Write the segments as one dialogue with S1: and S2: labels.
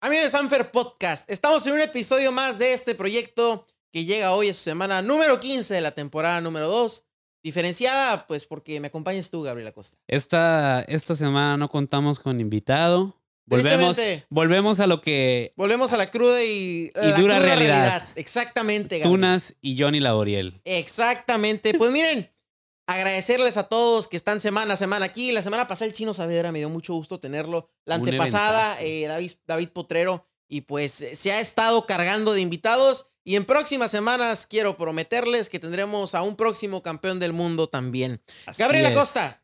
S1: Amigos de Sanfer Podcast, estamos en un episodio más de este proyecto que llega hoy a su semana número 15 de la temporada número 2. Diferenciada, pues porque me acompañas tú, Gabriela Costa.
S2: Esta, esta semana no contamos con invitado. Volvemos,
S1: Tristemente,
S2: volvemos a lo que
S1: volvemos a la cruda y, a
S2: Y
S1: la
S2: dura
S1: cruda
S2: realidad.
S1: Exactamente, Gabriela.
S2: Tunas y Johnny Laboriel.
S1: Exactamente. Pues miren, agradecerles a todos que están semana a semana aquí. La semana pasada el Chino Saavedra me dio mucho gusto tenerlo. La
S2: Un
S1: antepasada,
S2: eventazo.
S1: eh, David, David Potrero. Y pues eh, se ha estado cargando de invitados. Y en próximas semanas quiero prometerles que tendremos a un próximo campeón del mundo también.
S2: Así
S1: Gabriela
S2: es. em
S1: Costa,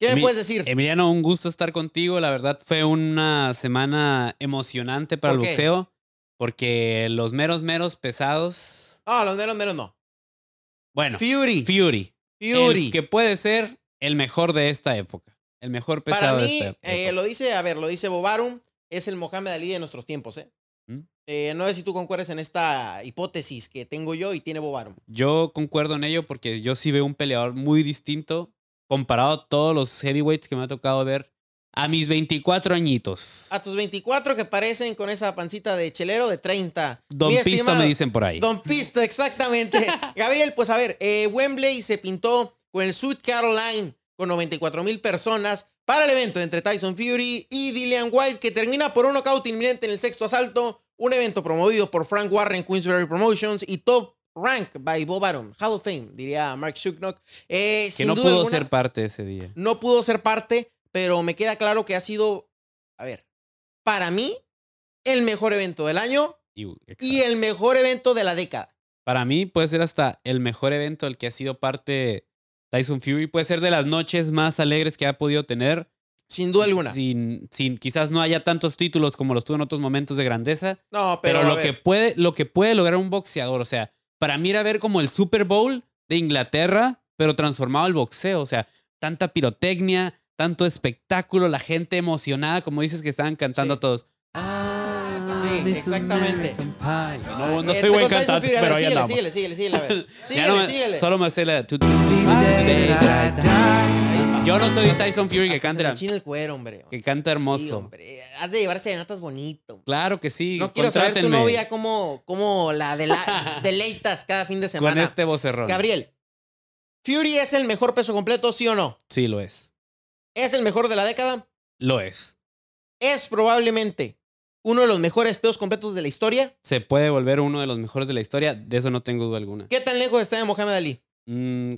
S1: ¿qué me
S2: Emi-
S1: puedes decir?
S2: Emiliano, un gusto estar contigo. La verdad fue una semana emocionante para el
S1: ¿Por qué?
S2: boxeo porque los meros, meros pesados.
S1: Ah, los meros, meros no.
S2: Bueno,
S1: Fury.
S2: Fury. el
S1: Fury.
S2: que puede ser el mejor de esta época. El mejor
S1: Para
S2: pesado de
S1: mí,
S2: esta época.
S1: eh, lo dice, a ver, lo dice Bobarum, es el Mohamed Ali de nuestros tiempos, ¿eh?
S2: ¿Mm?
S1: Eh, no sé si tú concuerdes en esta hipótesis que tengo yo y tiene Bobarum.
S2: Yo concuerdo en ello porque yo sí veo un peleador muy distinto comparado a todos los heavyweights que me ha tocado ver a mis 24 añitos.
S1: A tus 24 que parecen con esa pancita de chelero de 30.
S2: Don
S1: Mi
S2: Pisto
S1: estimado-
S2: me dicen por ahí.
S1: Don Pisto, exactamente. Gabriel, pues a ver, eh, Wembley se pintó con el South Carolina con 94 mil personas para el evento entre Tyson Fury y Dillian White, que termina por un nocaut inminente en el sexto asalto. Un evento promovido por Frank Warren, Queensberry Promotions y Top Rank by Bob Arum, Hall of Fame, diría Mark Shuknock. Eh,
S2: Que
S1: sin
S2: no
S1: duda
S2: pudo
S1: alguna,
S2: ser parte ese día.
S1: no pudo ser parte, pero me queda claro que ha sido, a ver, para mí, el mejor evento del año
S2: Y- uh, exacto.
S1: y el mejor evento de la década.
S2: Para mí puede ser hasta el mejor evento al que ha sido parte Tyson Fury. Puede ser de las noches más alegres que ha podido tener.
S1: Sin duda alguna.
S2: Sin, sin, quizás no haya tantos títulos como los tuvo en otros momentos de grandeza.
S1: No, pero,
S2: Pero,
S1: a
S2: lo,
S1: ver,
S2: que puede, lo que puede lograr un boxeador, o sea, para mí era ver como el Super Bowl de Inglaterra, pero transformado al boxeo, o sea, tanta pirotecnia, tanto espectáculo, la gente emocionada, como dices que estaban cantando
S1: Sí. Ah,
S2: todos.
S1: Sí, this is exactamente. American
S2: No, no
S1: eh,
S2: soy
S1: estoy
S2: buen
S1: con Tyson
S2: cantante,
S1: Fury, a ver,
S2: pero ahí
S1: síguele,
S2: andamos.
S1: síguele, síguele, síguele, a ver.
S2: Ya no
S1: Síguele,
S2: me-
S1: síguele.
S2: Solo me sé la... to- to- to- to- the day that I die. Yo no
S1: Ah,
S2: soy Tyson Fury que canta,
S1: canta. Chino el cuero, hombre.
S2: que canta
S1: Sí,
S2: hermoso.
S1: hombre. Has de llevarse de natas bonito.
S2: Claro que sí.
S1: No quiero saber tu
S2: contrátenme
S1: novia cómo, cómo la, dela- deleitas cada fin de
S2: con
S1: semana.
S2: este vocerrón.
S1: Gabriel, ¿Fury es el mejor peso completo, sí o no?
S2: Sí, lo es.
S1: ¿Es el mejor de la década?
S2: Lo es.
S1: ¿Es probablemente uno de los mejores pesos completos de la historia?
S2: se puede volver uno de los mejores de la historia, de eso no tengo duda alguna.
S1: ¿Qué tan lejos está de Mohamed Ali?
S2: Mm,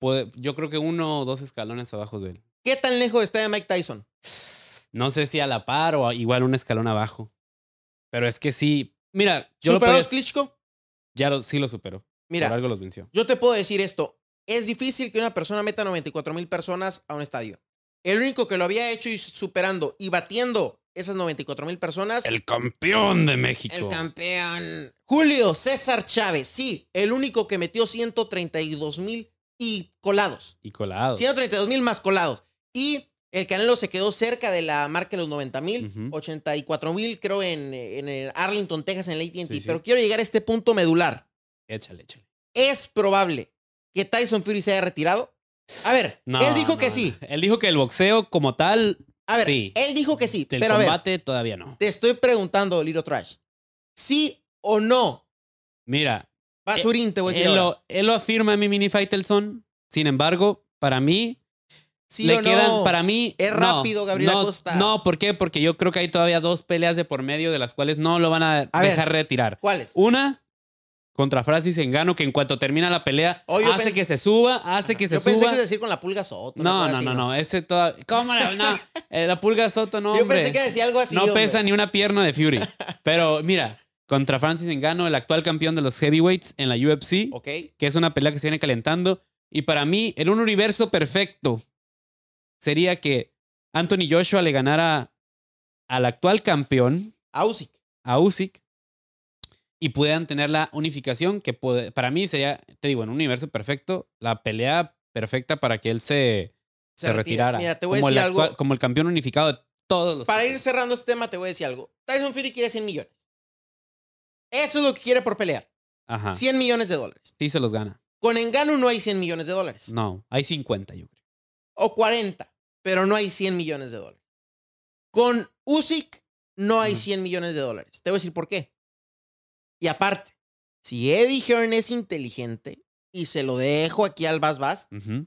S2: puede- yo creo que uno o dos escalones abajo de él.
S1: ¿Qué tan lejos está de Mike Tyson?
S2: No sé si a la par o a- igual un escalón abajo. Pero es que sí. Mira, yo lo
S1: ¿Superó a
S2: podía-
S1: Klitschko?
S2: ya lo- sí lo superó.
S1: Mira,
S2: Por algo los venció.
S1: yo te puedo decir esto. Es difícil que una persona meta 94 mil personas a un estadio. El único que lo había hecho y superando y batiendo esas 94 mil personas, el,
S2: El campeón de México.
S1: campeón. Julio César Chávez, sí, el único que metió 132 mil y colados.
S2: y colado.
S1: 132 mil más colados. Y el Canelo se quedó cerca de la marca de los 90 mil,
S2: Ujú.
S1: 84 mil creo en, eh, en el Arlington, Texas, en el ATT.
S2: Sí, sí.
S1: Pero quiero llegar a este punto medular.
S2: Échale, échale.
S1: ¿Es probable que Tyson Fury se haya retirado? A ver,
S2: No,
S1: él dijo
S2: no,
S1: que
S2: no.
S1: sí.
S2: Él dijo que el boxeo como tal,
S1: A ver,
S2: sí.
S1: él dijo que sí.
S2: Del
S1: pero a ver,
S2: combate todavía no.
S1: te estoy preguntando, Little Trash. ¿Sí o no?
S2: Mira,
S1: Basurín, te voy a decir.
S2: Eh, él
S1: ahora.
S2: lo, él lo afirma en mi mini Faitelson. Sin embargo, para mí,
S1: ¿Sí
S2: le
S1: o
S2: quedan,
S1: no?
S2: para mí.
S1: Es
S2: no,
S1: rápido, Gabriel
S2: no,
S1: Acosta.
S2: No, ¿por qué? Porque yo creo que hay todavía dos peleas de por medio de las cuales no lo van a,
S1: A ver.
S2: dejar retirar.
S1: ¿Cuáles?
S2: Una contra Francis Engano, que en cuanto termina la pelea,
S1: Oh, yo
S2: hace
S1: pens-
S2: que se suba, hace que se
S1: Yo pensé
S2: suba.
S1: que ibas a decir con la pulga sota. una
S2: No,
S1: cosa
S2: no,
S1: así,
S2: no, no. Ese toda... ¿Cómo la, no? Eh, la pulga Soto, no,
S1: Yo
S2: hombre.
S1: pensé que decía algo así.
S2: no
S1: hombre.
S2: pesa ni una pierna de Fury. Pero mira, contra Francis Engano, el actual campeón de los heavyweights en la UFC
S1: Ok.
S2: que es una pelea que se viene calentando. Y para mí, en un universo perfecto, sería que Anthony Joshua le ganara al actual campeón,
S1: Ausic.
S2: a Usyk, y pudieran tener la unificación que puede- para mí sería, te digo, en un universo perfecto, la pelea perfecta para que él se,
S1: Se
S2: se,
S1: retira.
S2: retirara.
S1: Mira, te voy a
S2: como, el
S1: decir algo.
S2: actual- como el campeón unificado de todos los...
S1: Para ir
S2: títulos.
S1: cerrando este tema, te voy a decir algo. Tyson Fury quiere 100 millones. Eso es lo que quiere por pelear.
S2: Ajá.
S1: 100 millones de dólares.
S2: Sí se los gana.
S1: Con Engano no hay 100 millones de dólares.
S2: No, hay 50, yo creo.
S1: O 40, pero no hay 100 millones de dólares. Con Usyk no hay
S2: Ujú.
S1: 100 millones de dólares. Te voy a decir por qué. Y aparte, si Eddie Hearn es inteligente, y se lo dejo aquí al Bas Bas,
S2: Ujú.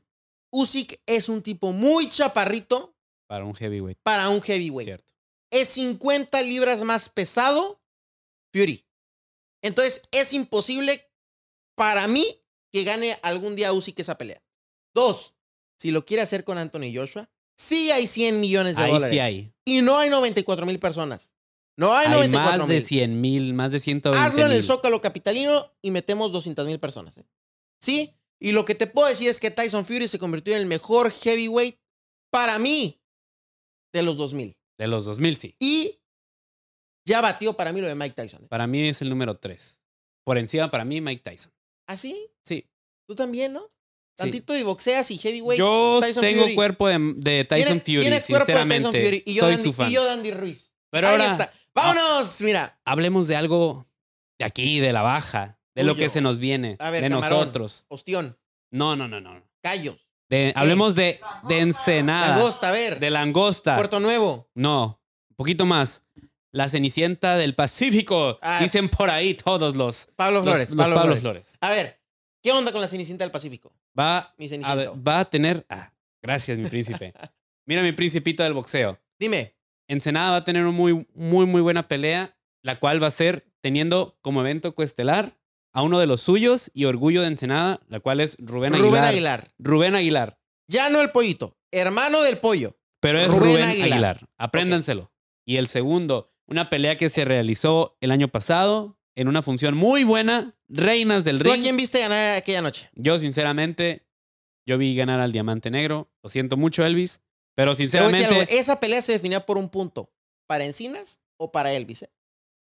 S1: Usyk es un tipo muy chaparrito
S2: Para un heavyweight.
S1: para un heavyweight.
S2: Cierto.
S1: Es 50 libras más pesado Fury. Entonces, es imposible para mí que gane algún día Usyk esa pelea. Dos, si lo quiere hacer con Anthony Joshua, sí hay 100 millones de
S2: Ahí
S1: dólares.
S2: sí hay.
S1: Y no hay 94 mil personas. No hay,
S2: Hay
S1: 94
S2: más de
S1: mil.
S2: 100 mil, más de 120
S1: Hazlo en el
S2: mil.
S1: Zócalo Capitalino y metemos 200 mil personas. ¿eh? ¿Sí? Y lo que te puedo decir es que Tyson Fury se convirtió en el mejor heavyweight para mí de los 2000.
S2: De los 2000, sí.
S1: Y ya batió para mí lo de Mike Tyson. ¿eh?
S2: Para mí es el número 3. Por encima, para mí, Mike Tyson.
S1: ¿Así?
S2: Sí.
S1: ¿Ah, ¿Tú también, no?
S2: sí.
S1: Tantito y boxeas y heavyweight.
S2: yo
S1: Tyson
S2: tengo
S1: Fury.
S2: cuerpo de, de Tyson
S1: Tienes-
S2: Fury,
S1: tienes cuerpo de Tyson
S2: sinceramente.
S1: Fury y yo
S2: Soy
S1: de Andy-
S2: su fan.
S1: Y yo de Andy Ruiz.
S2: Pero
S1: Ahí
S2: ahora
S1: está. Vámonos, mira.
S2: hablemos de algo de aquí, de la baja, de lo
S1: Tuyo.
S2: que se nos viene,
S1: A ver,
S2: de
S1: camarón.
S2: nosotros.
S1: Ostión,
S2: No, no, no, no.
S1: Callos,
S2: De- hablemos de, de Ensenada,
S1: Agosta, a ver.
S2: de Langosta.
S1: Puerto Nuevo.
S2: No, un poquito más. La Cenicienta del Pacífico,
S1: Ah.
S2: dicen por ahí todos los,
S1: Pablo
S2: los-
S1: Flores.
S2: los
S1: Pablo,
S2: Pablo
S1: Flores.
S2: Flores.
S1: A ver, ¿qué onda con la Cenicienta del Pacífico?
S2: Va
S1: Mi
S2: a,
S1: Cenicienta.
S2: va a tener... Ah, gracias, mi príncipe. Mira mi principito del boxeo.
S1: Dime.
S2: Ensenada va a tener una muy, muy, muy buena pelea, la cual va a ser teniendo como evento coestelar a uno de los suyos y orgullo de Ensenada, la cual es Rubén Aguilar.
S1: Rubén Aguilar.
S2: Rubén Aguilar.
S1: Ya no el pollito, hermano del pollo.
S2: Pero es
S1: Rubén
S2: Rubén,
S1: Aguilar.
S2: Aguilar. Apréndanselo. Y el segundo, una pelea que se realizó el año pasado en una función muy buena, Reinas del
S1: ¿Tú a
S2: Ring.
S1: quién viste ganar aquella noche?
S2: Yo, sinceramente, yo vi ganar al Diamante Negro. Lo siento mucho, Elvis. Pero,
S1: Te voy a decir algo, eh,
S2: sinceramente,
S1: esa pelea se definía por un punto. ¿Para Encinas o para Elvis? eh?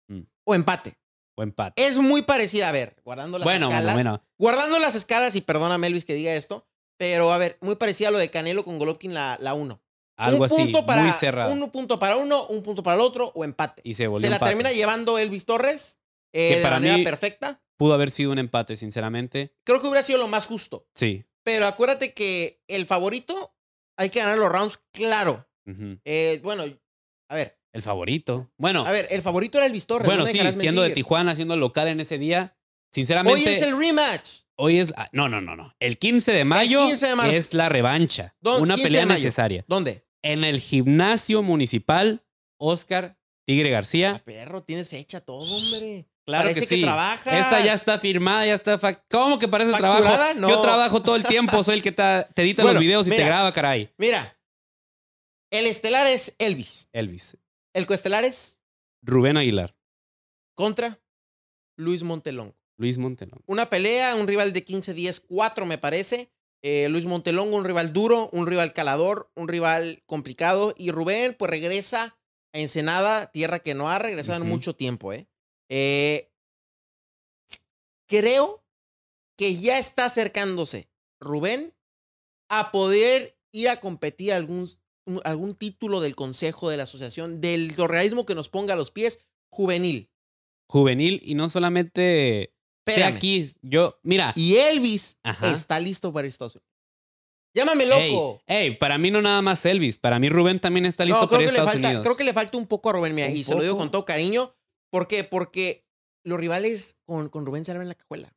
S2: Mm.
S1: O empate.
S2: buen pat.
S1: Es muy parecida, a ver, guardando eh, las
S2: Bueno,
S1: escalas.
S2: bueno, bueno.
S1: Guardando las escalas, y perdóname Elvis que diga esto, pero a ver, muy parecida a lo de Canelo con Golovkin la 1.
S2: Algo
S1: un
S2: así,
S1: punto para,
S2: muy cerrado.
S1: Un punto para uno, un punto para el otro o empate.
S2: Y se volvió
S1: se la
S2: empate.
S1: termina llevando Elvis Torres eh,
S2: Que
S1: de
S2: para
S1: manera
S2: mí-
S1: perfecta.
S2: Pudo haber sido un empate, sinceramente.
S1: Creo que hubiera sido lo más justo.
S2: Sí.
S1: Pero acuérdate que el favorito hay que ganar los rounds, claro.
S2: Ujú.
S1: Eh, bueno, a ver,
S2: El favorito. Bueno,
S1: a ver, el favorito era Elvis Torres.
S2: bueno
S1: no me
S2: sí,
S1: dejarás
S2: siendo de
S1: mentir.
S2: Tijuana, siendo local en ese día. Sinceramente,
S1: Hoy es el rematch.
S2: ah, no, no, no, no. El 15 de mayo
S1: 15 de marzo.
S2: es la revancha.
S1: Don-
S2: una
S1: 15 de
S2: pelea
S1: mayo.
S2: necesaria.
S1: ¿Dónde?
S2: En el gimnasio municipal, Oscar Tigre
S1: Ah,
S2: García.
S1: perro, tienes fecha todo, hombre.
S2: Claro
S1: Parece
S2: que sí.
S1: trabajas.
S2: Esa ya está firmada, ya está. fac- ¿Cómo que parece
S1: ¿Facturada?
S2: trabajo?
S1: No.
S2: Yo trabajo todo el tiempo, soy el que ta- te edita
S1: Bueno,
S2: los videos y
S1: mira.
S2: te graba, caray.
S1: Mira, el estelar es Elvis.
S2: Elvis.
S1: El coestelar es
S2: Rubén Aguilar.
S1: contra Luis Montelongo.
S2: Luis Montelón.
S1: Una pelea, un rival de 15-10, 4 me parece. Eh, Luis Montelongo, un rival duro, un rival calador, un rival complicado. Y Rubén, pues regresa a Ensenada, tierra que no ha regresado en
S2: Ujú.
S1: mucho tiempo. ¿eh? Eh, creo que ya está acercándose Rubén a poder ir a competir a algún, un- algún título del Consejo de la Asociación, del organismo que nos ponga a los pies, juvenil.
S2: juvenil y no solamente sea
S1: Espérame.
S2: aquí. Yo, mira,
S1: Y Elvis
S2: Ajá.
S1: está listo para Estados Unidos. Llámame
S2: ey,
S1: loco.
S2: ey, para mí no nada más Elvis, para mí Rubén también está listo
S1: no, creo
S2: para
S1: que,
S2: ir a
S1: le
S2: Estados
S1: falta,
S2: Unidos.
S1: creo que le falta un poco a Rubén, mira,
S2: ¿Un
S1: y se lo digo
S2: poco?
S1: con todo cariño. ¿Por qué? Porque los rivales con, con Rubén se abren la cajuela.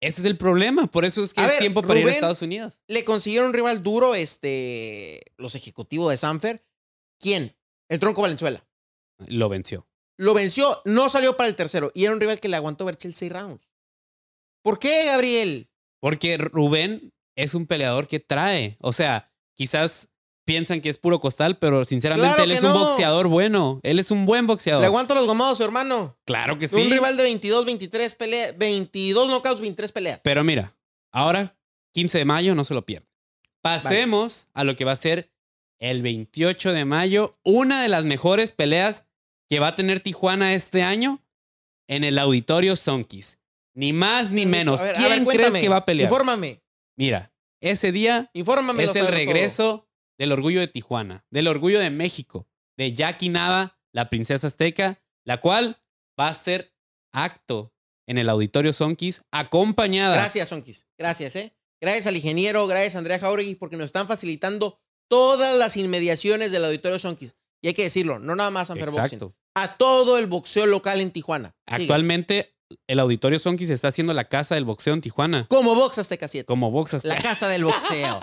S2: Ese es el problema, por eso es que
S1: A
S2: es
S1: ver,
S2: tiempo para ir a
S1: Rubén-
S2: Estados Unidos.
S1: Le consiguieron un rival duro, este, los ejecutivos de Sanfer. ¿Quién? El Tronco Valenzuela.
S2: Lo venció.
S1: Lo venció, no salió para el tercero. Y era un rival que le aguantó Berchel seis rounds. ¿Por qué, Gabriel?
S2: Porque Rubén es un peleador que trae. O sea, quizás piensan que es puro costal, pero sinceramente
S1: Claro
S2: él
S1: que
S2: es
S1: no.
S2: un boxeador bueno. Él es un buen boxeador.
S1: Le aguanto los gomados, su hermano.
S2: Claro que sí.
S1: Un rival de 22, 23 peleas. 22 knockouts, 23 peleas.
S2: Pero mira, ahora 15 de mayo no se lo pierde. Pasemos a lo que va a ser el 28 de mayo, una de las mejores peleas que va a tener Tijuana este año en el auditorio Sonkis. Ni más ni menos.
S1: A ver, a
S2: ¿Quién
S1: ver,
S2: crees
S1: cuéntame.
S2: que va a pelear?
S1: Infórmame,
S2: Mira, ese día
S1: infórmame.
S2: es
S1: lo
S2: el
S1: sabré todo.
S2: regreso del orgullo de Tijuana, del orgullo de México, de Jackie Nava, la princesa azteca, la cual va a ser acto en el auditorio Sonkis, acompañada
S1: Gracias, Sonkis. Gracias, ¿eh? Gracias al ingeniero, gracias a Andrea Jauregui, porque nos están facilitando todas las inmediaciones del auditorio Sonkis. Y hay que decirlo, no nada más a Fair Boxing,
S2: Exacto.
S1: a todo el boxeo local en Tijuana. Sigue.
S2: Actualmente, el Auditorio Sonki se está haciendo la casa del boxeo en Tijuana.
S1: Como Box Azteca 7.
S2: Como boxas.
S1: La casa del boxeo.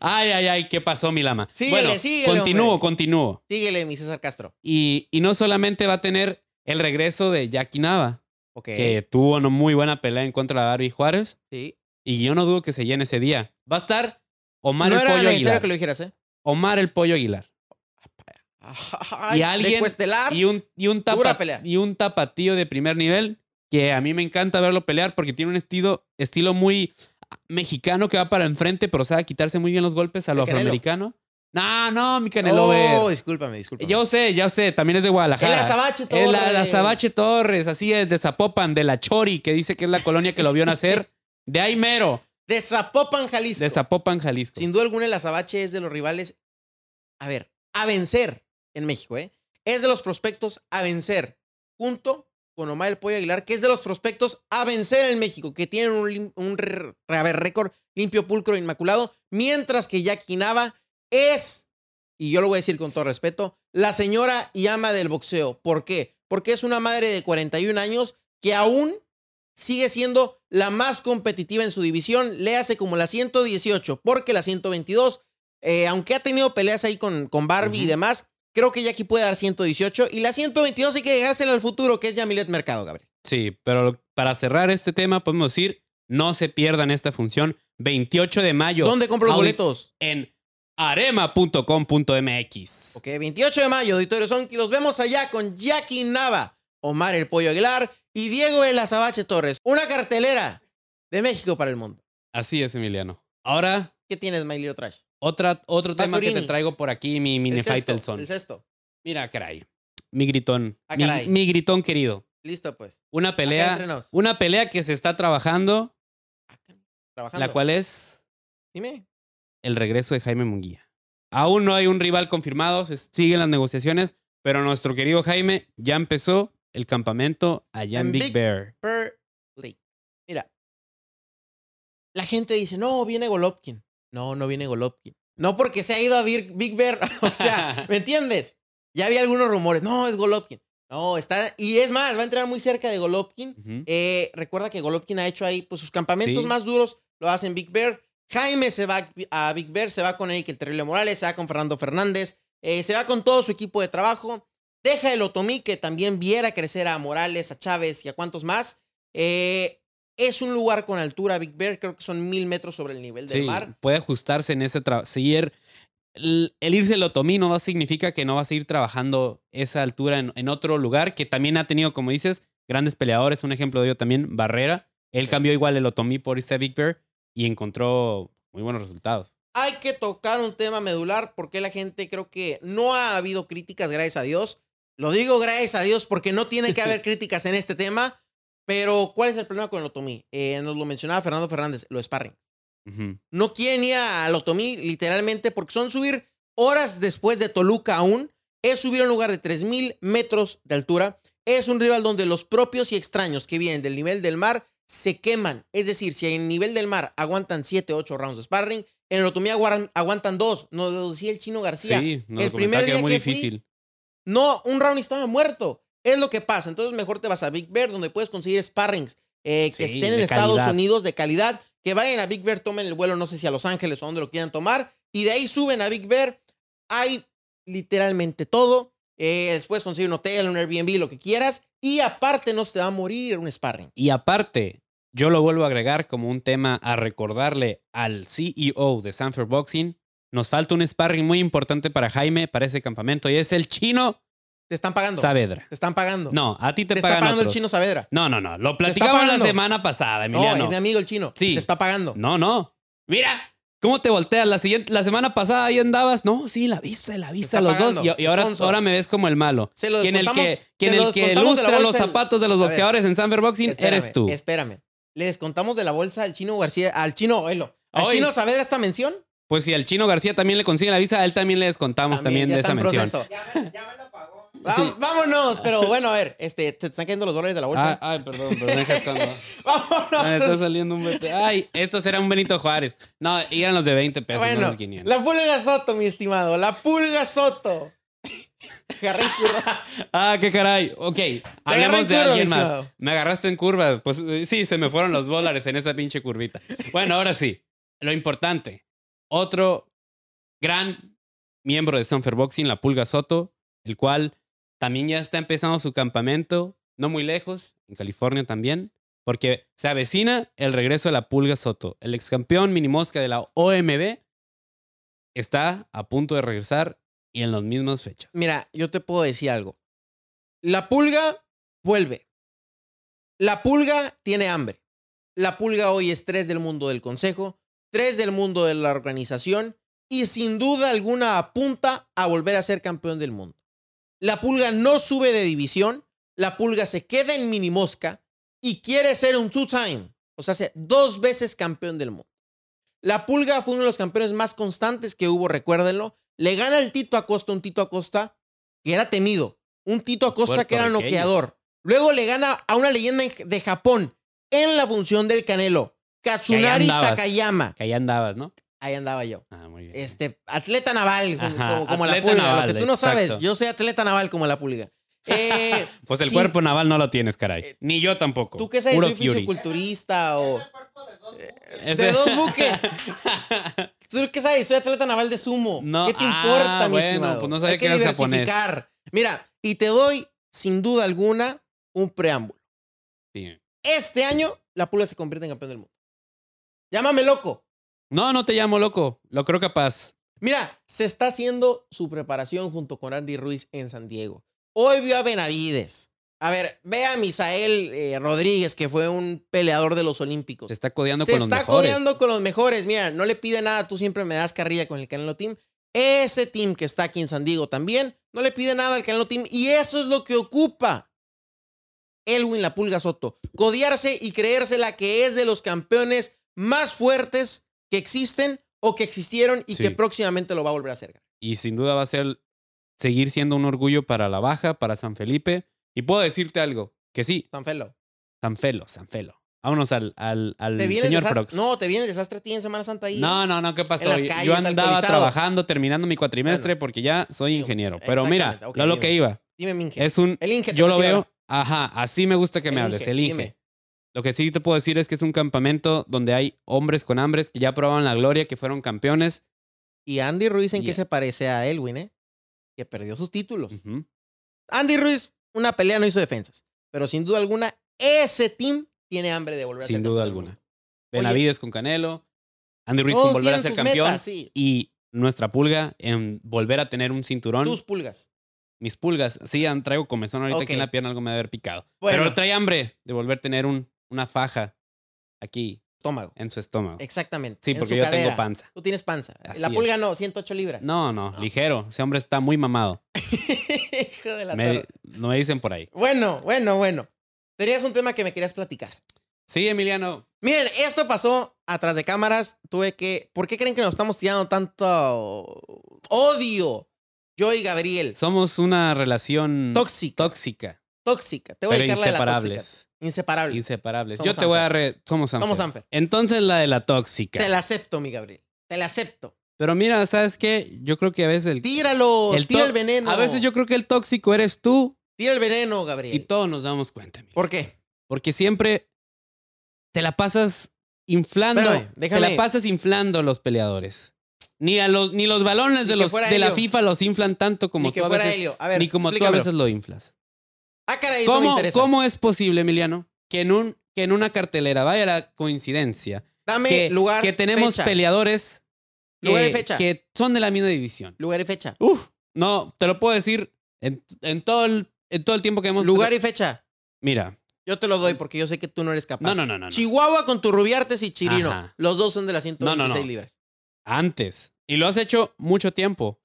S2: Ay, ay, ay, ¿qué pasó, mi lama?
S1: Síguele,
S2: bueno,
S1: síguele,
S2: continúo,
S1: hombre.
S2: continúo.
S1: Síguele, mi César Castro.
S2: Y, y no solamente va a tener el regreso de Jackie Nava,
S1: Ok.
S2: que tuvo una muy buena pelea en contra de Darby Juárez,
S1: Sí.
S2: y yo no dudo que se llene ese día. Va a estar Omar
S1: No
S2: el
S1: era
S2: Pollo
S1: necesario
S2: Aguilar.
S1: que lo dijeras, ¿eh?
S2: Omar el Pollo Aguilar.
S1: Ay,
S2: Y alguien-
S1: de Cuestelar.
S2: Y un, y, un
S1: Dura
S2: tapa-
S1: pelea.
S2: y un tapatío de primer nivel que a mí me encanta verlo pelear porque tiene un estilo, estilo muy mexicano que va para enfrente, pero sabe quitarse muy bien los golpes a lo
S1: El Canelo.
S2: afroamericano. No, no, mi Canelo.
S1: Oh,
S2: ver.
S1: discúlpame, discúlpame.
S2: Yo sé, yo sé, también es de
S1: el
S2: Guadalajara.
S1: azabache todo.
S2: Es la, la Sabache Torres, así es, de Zapopan, de la Chori, que dice que es la colonia que lo vio nacer. De ahí mero,
S1: De Zapopan, Jalisco.
S2: de Zapopan, Jalisco.
S1: Sin duda alguna, el Azabache es de los rivales, a ver, a vencer en México, ¿eh? Es de los prospectos a vencer, junto con Omar el Pollo Aguilar, que es de los prospectos a vencer en México, que tienen un, lim- un r- a ver, récord limpio, pulcro, inmaculado, mientras que Jackie Nava es, y yo lo voy a decir con todo respeto, la señora y ama del boxeo. ¿Por qué? Porque es una madre de 41 años que aún sigue siendo la más competitiva en su división. Le hace como la 118, porque la 122, eh, aunque ha tenido peleas ahí con, con Barbie y
S2: Ujú.
S1: demás, creo que Jackie puede dar 118. Y la 122 hay que dejársela al futuro, que es Yamilet Mercado, Gabriel.
S2: Sí, pero lo- para cerrar este tema, podemos decir, no se pierdan esta función 28 de mayo
S1: ¿Dónde compro los
S2: Audi-
S1: boletos?
S2: en arema.com.mx.
S1: Ok, 28 de mayo, Auditorio Sonki. Los vemos allá con Jackie Nava, Omar el Pollo Aguilar y Diego El Azabache Torres. Una cartelera de México para el mundo.
S2: Así es, Emiliano. Ahora,
S1: ¿Qué tienes, My Little Trash?
S2: otra, otro tema que
S1: Basurini.
S2: te traigo por aquí, mi mini
S1: el sexto,
S2: Faitelson.
S1: el sexto.
S2: Mira, caray. Mi gritón.
S1: e- Ah,
S2: mi-
S1: caray.
S2: Mi, gritón querido.
S1: Listo, pues.
S2: Una
S1: Acá
S2: pelea.
S1: entre nos.
S2: Una pelea que se está trabajando,
S1: Trabajando.
S2: la cual es
S1: Dime.
S2: el regreso de Jaime Munguía. Aún no hay un rival confirmado, se siguen las negociaciones, pero nuestro querido Jaime ya empezó el campamento allá en,
S1: En
S2: Big,
S1: Big-
S2: Bear.
S1: Per League. Mira. La gente dice, no, viene Golovkin. No, no viene Golovkin. No porque se ha ido a Big Big Bear. O sea, ¿me entiendes? Ya había algunos rumores. No, es Golovkin. No, está... Y es más, va a entrar muy cerca de Golovkin.
S2: Ujú.
S1: Eh, recuerda que Golovkin ha hecho ahí pues, sus campamentos
S2: Sí.
S1: más duros, lo hacen Big Bear. Jaime se va a Big Bear, se va con Eric el Terrible Morales, se va con Fernando Fernández, eh, se va con todo su equipo de trabajo. Deja el Otomí, que también viera crecer a Morales, a Chávez y a cuantos más. Eh, es un lugar con altura, Big Bear, creo que son mil metros sobre el nivel del
S2: Sí,
S1: mar.
S2: puede ajustarse en ese trabajo. Seguir. El, el irse el otomí no va- significa que no va a seguir trabajando esa altura en, en otro lugar, que también ha tenido, como dices, grandes peleadores. Un ejemplo de ello también, Barrera. Él cambió igual el otomí por este Big Bear y encontró muy buenos resultados.
S1: Hay que tocar un tema medular porque la gente creo que no ha habido críticas, gracias a Dios. Lo digo gracias a Dios porque no tiene que haber críticas en este tema. Pero, ¿cuál es el problema con el Otomí? Eh, nos lo mencionaba Fernando Fernández, lo sparring.
S2: Ujú.
S1: No quieren ir al Otomí literalmente porque son subir horas después de Toluca aún. Es subir a un lugar de 3.000 metros de altura. Es un rival donde los propios y extraños que vienen del nivel del mar se queman. Es decir, si en el nivel del mar aguantan 7, 8 rounds de sparring, en el Otomí aguaran- aguantan 2. Nos lo decía el chino García.
S2: sí, nos
S1: el
S2: comentaba
S1: primer
S2: que
S1: día
S2: es muy
S1: que fui,
S2: difícil.
S1: No, un round estaba muerto. Es lo que pasa. Entonces mejor te vas a Big Bear, donde puedes conseguir sparrings eh, que
S2: Sí,
S1: estén en
S2: de
S1: Estados
S2: calidad.
S1: Unidos de calidad. Que vayan a Big Bear, tomen el vuelo, no sé si a Los Ángeles o donde lo quieran tomar. Y de ahí suben a Big Bear. Hay literalmente todo. Eh, después conseguir un hotel, un Airbnb, lo que quieras. Y aparte no se te va a morir un sparring.
S2: Y aparte, yo lo vuelvo a agregar como un tema a recordarle al CEO de Sanford Boxing. Nos falta un sparring muy importante para Jaime para ese campamento y es el chino
S1: Te están pagando.
S2: Saavedra.
S1: Te están pagando.
S2: No, a ti te,
S1: te está
S2: pagan
S1: pagando el
S2: otros.
S1: chino Saavedra.
S2: No, no, no. Lo
S1: Te está
S2: platicamos la
S1: pagando.
S2: semana pasada,
S1: No,
S2: Emiliano.
S1: es mi amigo el chino.
S2: Sí.
S1: Te está pagando.
S2: No, no. Mira, ¿cómo te volteas? La, siguiente, la semana pasada ahí andabas. No, sí, la visa, la visa,
S1: Está
S2: los dos.
S1: pagando,
S2: Y, y ahora,
S1: sponsor.
S2: ahora me ves como el malo.
S1: Se lo
S2: Que en el que,
S1: descontamos-
S2: que en
S1: se lo
S2: el que
S1: descontamos de la
S2: ilustra los
S1: bolsa del-
S2: zapatos de los
S1: A ver.
S2: boxeadores en Sanford Boxing
S1: Espérame,
S2: eres tú.
S1: Espérame. Les contamos de la bolsa al chino García, al chino Oelo. ¿Al
S2: Hoy.
S1: chino Saavedra esta mención?
S2: Pues si al chino García también le consigue la visa, a él también le descontamos también,
S1: ya
S2: de
S1: está
S2: esa
S1: en
S2: mención.
S1: proceso. Va- Vámonos, pero bueno, a ver, este, te están cayendo los dólares de la
S2: Ah,
S1: bolsa.
S2: ay, perdón, perdón, dejas cuando- Ah, está
S1: Vámonos.
S2: saliendo un Beto- Ay, estos eran un Benito Juárez. No, eran los de 20 pesos, no
S1: Bueno,
S2: los 500.
S1: la pulga Soto, mi estimado, la pulga Soto. Agarré en curva.
S2: Ah, qué caray. Ok, hablemos
S1: en
S2: de
S1: curva,
S2: alguien
S1: mi
S2: más.
S1: estimado.
S2: Me agarraste en curva. Pues eh, sí, se me fueron los dólares en esa pinche curvita. Bueno, ahora sí. Lo importante. Otro gran miembro de Sunfer Boxing, la Pulga Soto, el cual también ya está empezando su campamento, no muy lejos, en California también, porque se avecina el regreso de la Pulga Soto. El ex campeón minimosca de la OMB está a punto de regresar y en las mismas fechas.
S1: Mira, yo te puedo decir algo. La pulga vuelve. La pulga tiene hambre. La pulga hoy es tres del mundo del consejo, tres del mundo de la organización y sin duda alguna apunta a volver a ser campeón del mundo. La pulga no sube de división, la pulga se queda en mini mosca y quiere ser un two-time, o sea, ser dos veces campeón del mundo. La pulga fue uno de los campeones más constantes que hubo, recuérdenlo. Le gana el Tito Acosta, un Tito Acosta que era temido, un Tito Acosta que era
S2: Puertorriqueño.
S1: noqueador. Luego le gana a una leyenda de Japón en la función del Canelo, Katsunari
S2: andabas.
S1: Takayama.
S2: Que ahí andabas, ¿no?
S1: Ahí andaba yo
S2: Ah, muy bien.
S1: este, atleta naval, como-
S2: Ajá,
S1: como, como la
S2: atleta
S1: pulga.
S2: naval,
S1: lo que tú no sabes,
S2: exacto.
S1: yo soy atleta naval como la pulga. Eh,
S2: Pues el
S1: sí, Eh,
S2: cuerpo naval no lo tienes, caray. Ni yo tampoco.
S1: ¿Tú qué sabes?
S2: Puro
S1: Soy
S2: Fury.
S1: fisiculturista o.
S2: Ese-
S1: De dos buques. ¿Tú qué sabes? Soy atleta naval de sumo.
S2: No,
S1: ¿Qué te
S2: ah,
S1: importa, mi
S2: bueno,
S1: estimado?
S2: pues no sabía
S1: Hay
S2: que
S1: que,
S2: eras japonés.
S1: diversificar. Mira, y te doy, sin duda alguna, un preámbulo.
S2: Sí.
S1: Este año, la pulga se convierte en campeón del mundo. Llámame loco.
S2: No, no te llamo loco. Lo creo capaz.
S1: Mira, se está haciendo su preparación junto con Andy Ruiz en San Diego. Hoy vio a Benavides. A ver, ve a Misael eh, Rodríguez, que fue un peleador de los Olímpicos.
S2: Se está codeando
S1: Se
S2: con los
S1: está
S2: mejores.
S1: codeando con los mejores. Mira, no le pide nada. Tú siempre me das carrilla con el Canelo Team. Ese team que está aquí en San Diego también no le pide nada al Canelo Team. Y eso es lo que ocupa Elwin La Pulga Soto. Codearse y creérsela que es de los campeones más fuertes que existen o que existieron y
S2: Sí.
S1: que próximamente lo va a volver a hacer.
S2: Y sin duda va a ser seguir siendo un orgullo para la baja, para San Felipe. Y puedo decirte algo. Que sí,
S1: Tan felo.
S2: San Felo, San Felo. Vámonos al, al, al
S1: Te viene el
S2: señor
S1: desastre-
S2: Frogs.
S1: No, te viene el desastre a ti en Semana Santa ahí.
S2: No, no, no, ¿qué pasó?
S1: las
S2: Yo-
S1: calles,
S2: Yo andaba
S1: alcoholizado.
S2: trabajando, terminando mi cuatrimestre
S1: Bueno.
S2: porque ya soy
S1: Digo,
S2: ingeniero. Pero mira,
S1: exactamente. Ok,
S2: no lo que
S1: dime.
S2: iba.
S1: Dime, Minge.
S2: Es un.
S1: el Inge. te
S2: Eh, Yo
S1: voy a
S2: lo
S1: decir
S2: veo.
S1: ahora.
S2: Ajá, así me gusta que me
S1: El
S2: hables,
S1: Inge,
S2: el Inge.
S1: dime.
S2: Lo que sí te puedo decir es que es un campamento donde hay hombres con hambres que ya probaron la gloria, que fueron campeones.
S1: Y Andy Ruiz, ¿en
S2: Yeah.
S1: qué se parece a Elwin, eh? Que perdió sus títulos.
S2: Ujú.
S1: Andy Ruiz, una pelea no hizo defensas. Pero sin duda alguna, ese team tiene hambre de volver a ser
S2: Sin
S1: campeón
S2: duda
S1: del
S2: alguna.
S1: mundo.
S2: Benavides con Canelo, Andy Ruiz
S1: Todos
S2: con volver a
S1: tienen
S2: ser
S1: sus
S2: campeón
S1: metas, sí.
S2: y nuestra pulga en volver a tener un cinturón.
S1: Tus pulgas.
S2: Mis pulgas, sí, han- traigo comezón ahorita aquí en
S1: Ok.
S2: la pierna, algo me va a haber picado.
S1: Bueno.
S2: Pero trae hambre de volver a tener un, una faja aquí
S1: Estómago.
S2: en su estómago.
S1: Exactamente.
S2: Eh, Sí,
S1: en
S2: porque
S1: su
S2: yo
S1: cadera.
S2: tengo panza.
S1: Tú tienes panza.
S2: Así
S1: la
S2: es.
S1: pulga no, 108 libras.
S2: No, no,
S1: No.
S2: ligero. Ese hombre está muy mamado.
S1: Hijo de la
S2: Me-
S1: torre.
S2: no me dicen por ahí.
S1: Bueno, bueno, bueno. Tenías un tema que me querías platicar.
S2: Sí, Emiliano.
S1: Miren, esto pasó atrás de cámaras. Tuve que. ¿Por qué creen que nos estamos tirando tanto odio? Yo y Gabriel.
S2: Somos una relación
S1: Tóxica.
S2: tóxica,
S1: Tóxica. Te voy a
S2: Mm, pero
S1: dedicar la de la tóxica.
S2: inseparables.
S1: Inseparable.
S2: Inseparables.
S1: Somos
S2: Yo te voy a re... Somos Sanfer.
S1: Somos Sanfer.
S2: Entonces la de la tóxica.
S1: Te la acepto, mi Gabriel. Te la acepto.
S2: Pero mira, ¿sabes qué? Yo creo que a veces el...
S1: Tíralo.
S2: El
S1: tira
S2: to-
S1: el veneno.
S2: A veces yo creo que el tóxico eres tú
S1: Tira el veneno,
S2: y
S1: Gabriel.
S2: todos nos damos cuenta. Emiliano.
S1: ¿Por qué?
S2: Porque siempre te la pasas inflando.
S1: Espérame,
S2: te
S1: déjame.
S2: la pasas inflando a los peleadores. Ni, a los, ni los balones
S1: Ni
S2: de,
S1: que
S2: los,
S1: fuera
S2: de la
S1: Helio.
S2: FIFA los inflan tanto como
S1: ni que
S2: tú a
S1: fuera
S2: veces.
S1: Helio. A ver,
S2: ni como tú a
S1: explícamelo.
S2: veces lo inflas.
S1: Ah, caray, eso me
S2: ¿Cómo,
S1: interesa.
S2: ¿Cómo es posible, Emiliano, que en, un, que en una cartelera, vaya la coincidencia,
S1: Dame
S2: que,
S1: lugar,
S2: que tenemos
S1: fecha.
S2: peleadores que,
S1: Lugar y fecha.
S2: que son de la misma división?
S1: Lugar y fecha.
S2: Uf, no, te lo puedo decir en, en todo, el, en todo el tiempo que hemos...
S1: Lugar y fecha.
S2: Mira,
S1: Yo te lo doy porque yo sé que tú no eres capaz.
S2: no, no, Ah, no, no. no.
S1: Chihuahua con Turrubiartes y Chirino.
S2: Ajá.
S1: Los dos son de las 126
S2: No, no, no.
S1: libras.
S2: Antes. Y lo has hecho mucho tiempo.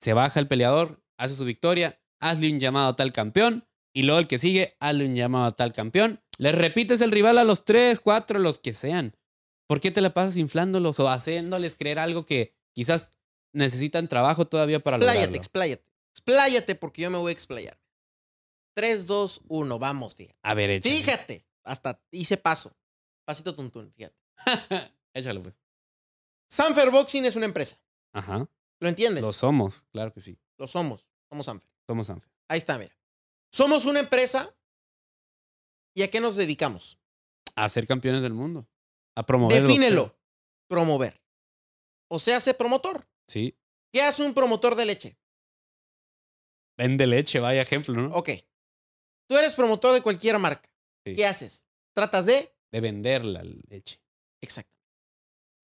S2: Se baja el peleador, hace su victoria, hazle un llamado a tal campeón. Y luego el que sigue, hazle un llamado a tal campeón. Le repites el rival a los tres, cuatro, los que sean. ¿Por qué te la pasas inflándolos o haciéndoles creer algo que quizás necesitan trabajo todavía para
S1: Expláyate,
S2: lograrlo?
S1: expláyate. Expláyate porque yo me voy a explayar. 3, 2, 1. Vamos, fíjate.
S2: A ver, échale.
S1: Fíjate. Hasta hice paso. Pasito tuntún, fíjate.
S2: Échalo, pues.
S1: Sanfer Boxing es una empresa.
S2: Ajá.
S1: ¿Lo entiendes?
S2: Lo somos, claro que sí.
S1: Lo somos. Somos Sanfer.
S2: Somos Sanfer.
S1: Ahí está, mira. Somos una empresa. ¿Y a qué nos dedicamos?
S2: A ser campeones del mundo. A promover. el
S1: Defínelo.
S2: boxeo.
S1: Promover. O sea, hace promotor.
S2: Sí.
S1: ¿Qué hace un promotor de leche?
S2: Vende leche, vaya ejemplo, ¿no?
S1: Ok. Tú eres promotor de cualquier marca.
S2: Sí.
S1: ¿Qué haces? Tratas de.
S2: De vender la leche.
S1: Exacto.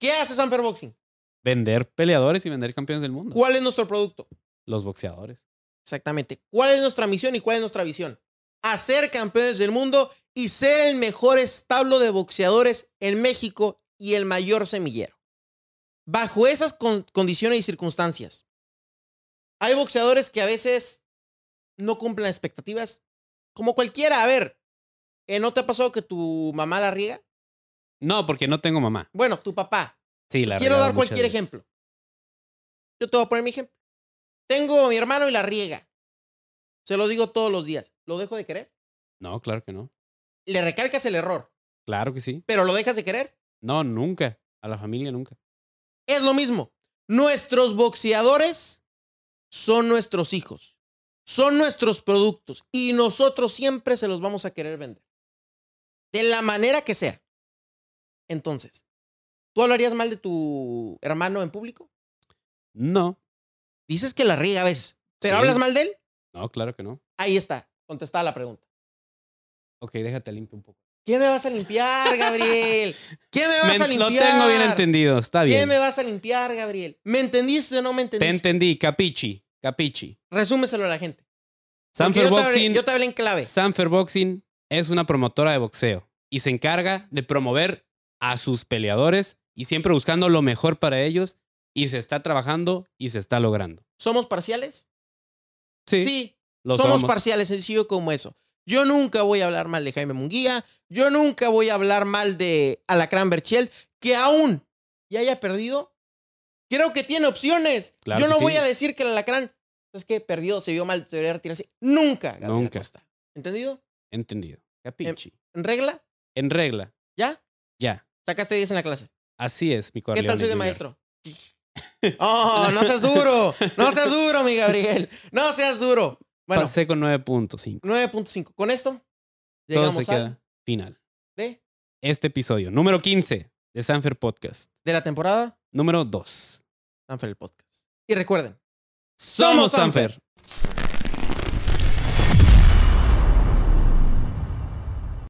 S1: ¿Qué hace Sanfer Boxing?
S2: Vender peleadores y vender campeones del mundo.
S1: ¿Cuál es nuestro producto?
S2: Los boxeadores.
S1: Exactamente. ¿Cuál es nuestra misión y cuál es nuestra visión? Hacer campeones del mundo y ser el mejor establo de boxeadores en México y el mayor semillero. Bajo esas con- condiciones y circunstancias, hay boxeadores que a veces no cumplen las expectativas, como cualquiera. A ver, ¿eh, ¿no te ha pasado que tu mamá la riega?
S2: No, porque no tengo mamá.
S1: Bueno, tu papá.
S2: Sí, la
S1: Quiero
S2: regaba
S1: dar
S2: muchas
S1: cualquier
S2: veces.
S1: ejemplo. Yo te voy a poner mi ejemplo. Tengo a mi hermano y la riega. Se lo digo todos los días. ¿Lo dejo de querer?
S2: No, claro que no.
S1: Le recargas el error,
S2: Claro que sí.
S1: pero lo dejas de querer.
S2: No, nunca. A la familia nunca.
S1: Es lo mismo. Nuestros boxeadores son nuestros hijos. Son nuestros productos y nosotros siempre se los vamos a querer vender. De la manera que sea. Entonces, ¿tú hablarías mal de tu hermano en público?
S2: No.
S1: Dices que la riega a veces, pero
S2: Sí.
S1: ¿hablas mal de él?
S2: No, claro que no.
S1: Ahí está, contestada la pregunta.
S2: Ok, déjate limpio un poco.
S1: ¿Qué me vas a limpiar, Gabriel? ¿Qué me vas a
S2: Me- lo
S1: limpiar?
S2: tengo bien entendido. Está
S1: ¿Qué
S2: bien.
S1: me vas a limpiar, Gabriel? ¿Me entendiste o no me
S2: Te
S1: entendiste?
S2: entendí. Capichi. Capichi.
S1: Resúmeselo a la gente. Porque
S2: Sanfer
S1: yo, te hablé-
S2: Boxing,
S1: yo te hablé en clave.
S2: Sanfer Boxing es una promotora de boxeo y se encarga de promover a sus peleadores y siempre buscando lo mejor para ellos y se está trabajando y se está logrando.
S1: ¿Somos parciales?
S2: Sí, lo
S1: somos,
S2: somos.
S1: parciales, sencillo como eso. Yo nunca voy a hablar mal de Jaime Munguía. Yo nunca voy a hablar mal de Alacrán Berchel, que aún ya haya perdido. Creo que tiene opciones.
S2: Claro
S1: yo
S2: que
S1: no
S2: sí.
S1: voy a decir que el Alacrán es que perdió, se vio mal, se debería retirarse. Nunca, Gabriel
S2: Nunca.
S1: Acosta. ¿Entendido?
S2: Entendido.
S1: Em,
S2: Capichi.
S1: ¿En regla?
S2: En regla.
S1: ¿Ya?
S2: Ya.
S1: Sacaste 10 en la clase.
S2: Así es, mi
S1: ¿Qué
S2: Corleone
S1: tal soy de
S2: Jr.
S1: maestro? Oh, no seas duro. No seas duro, mi Gabriel. No seas duro. Bueno,
S2: Pasé con 9.5.
S1: 9.5. Con esto
S2: Todo
S1: llegamos
S2: se
S1: al
S2: queda final.
S1: de,
S2: Este episodio, número 15 de Sanfer Podcast.
S1: de la temporada
S2: Número 2.
S1: Sanfer el Podcast. Y recuerden,
S2: Somos
S1: Sanfer.
S2: Sanfer.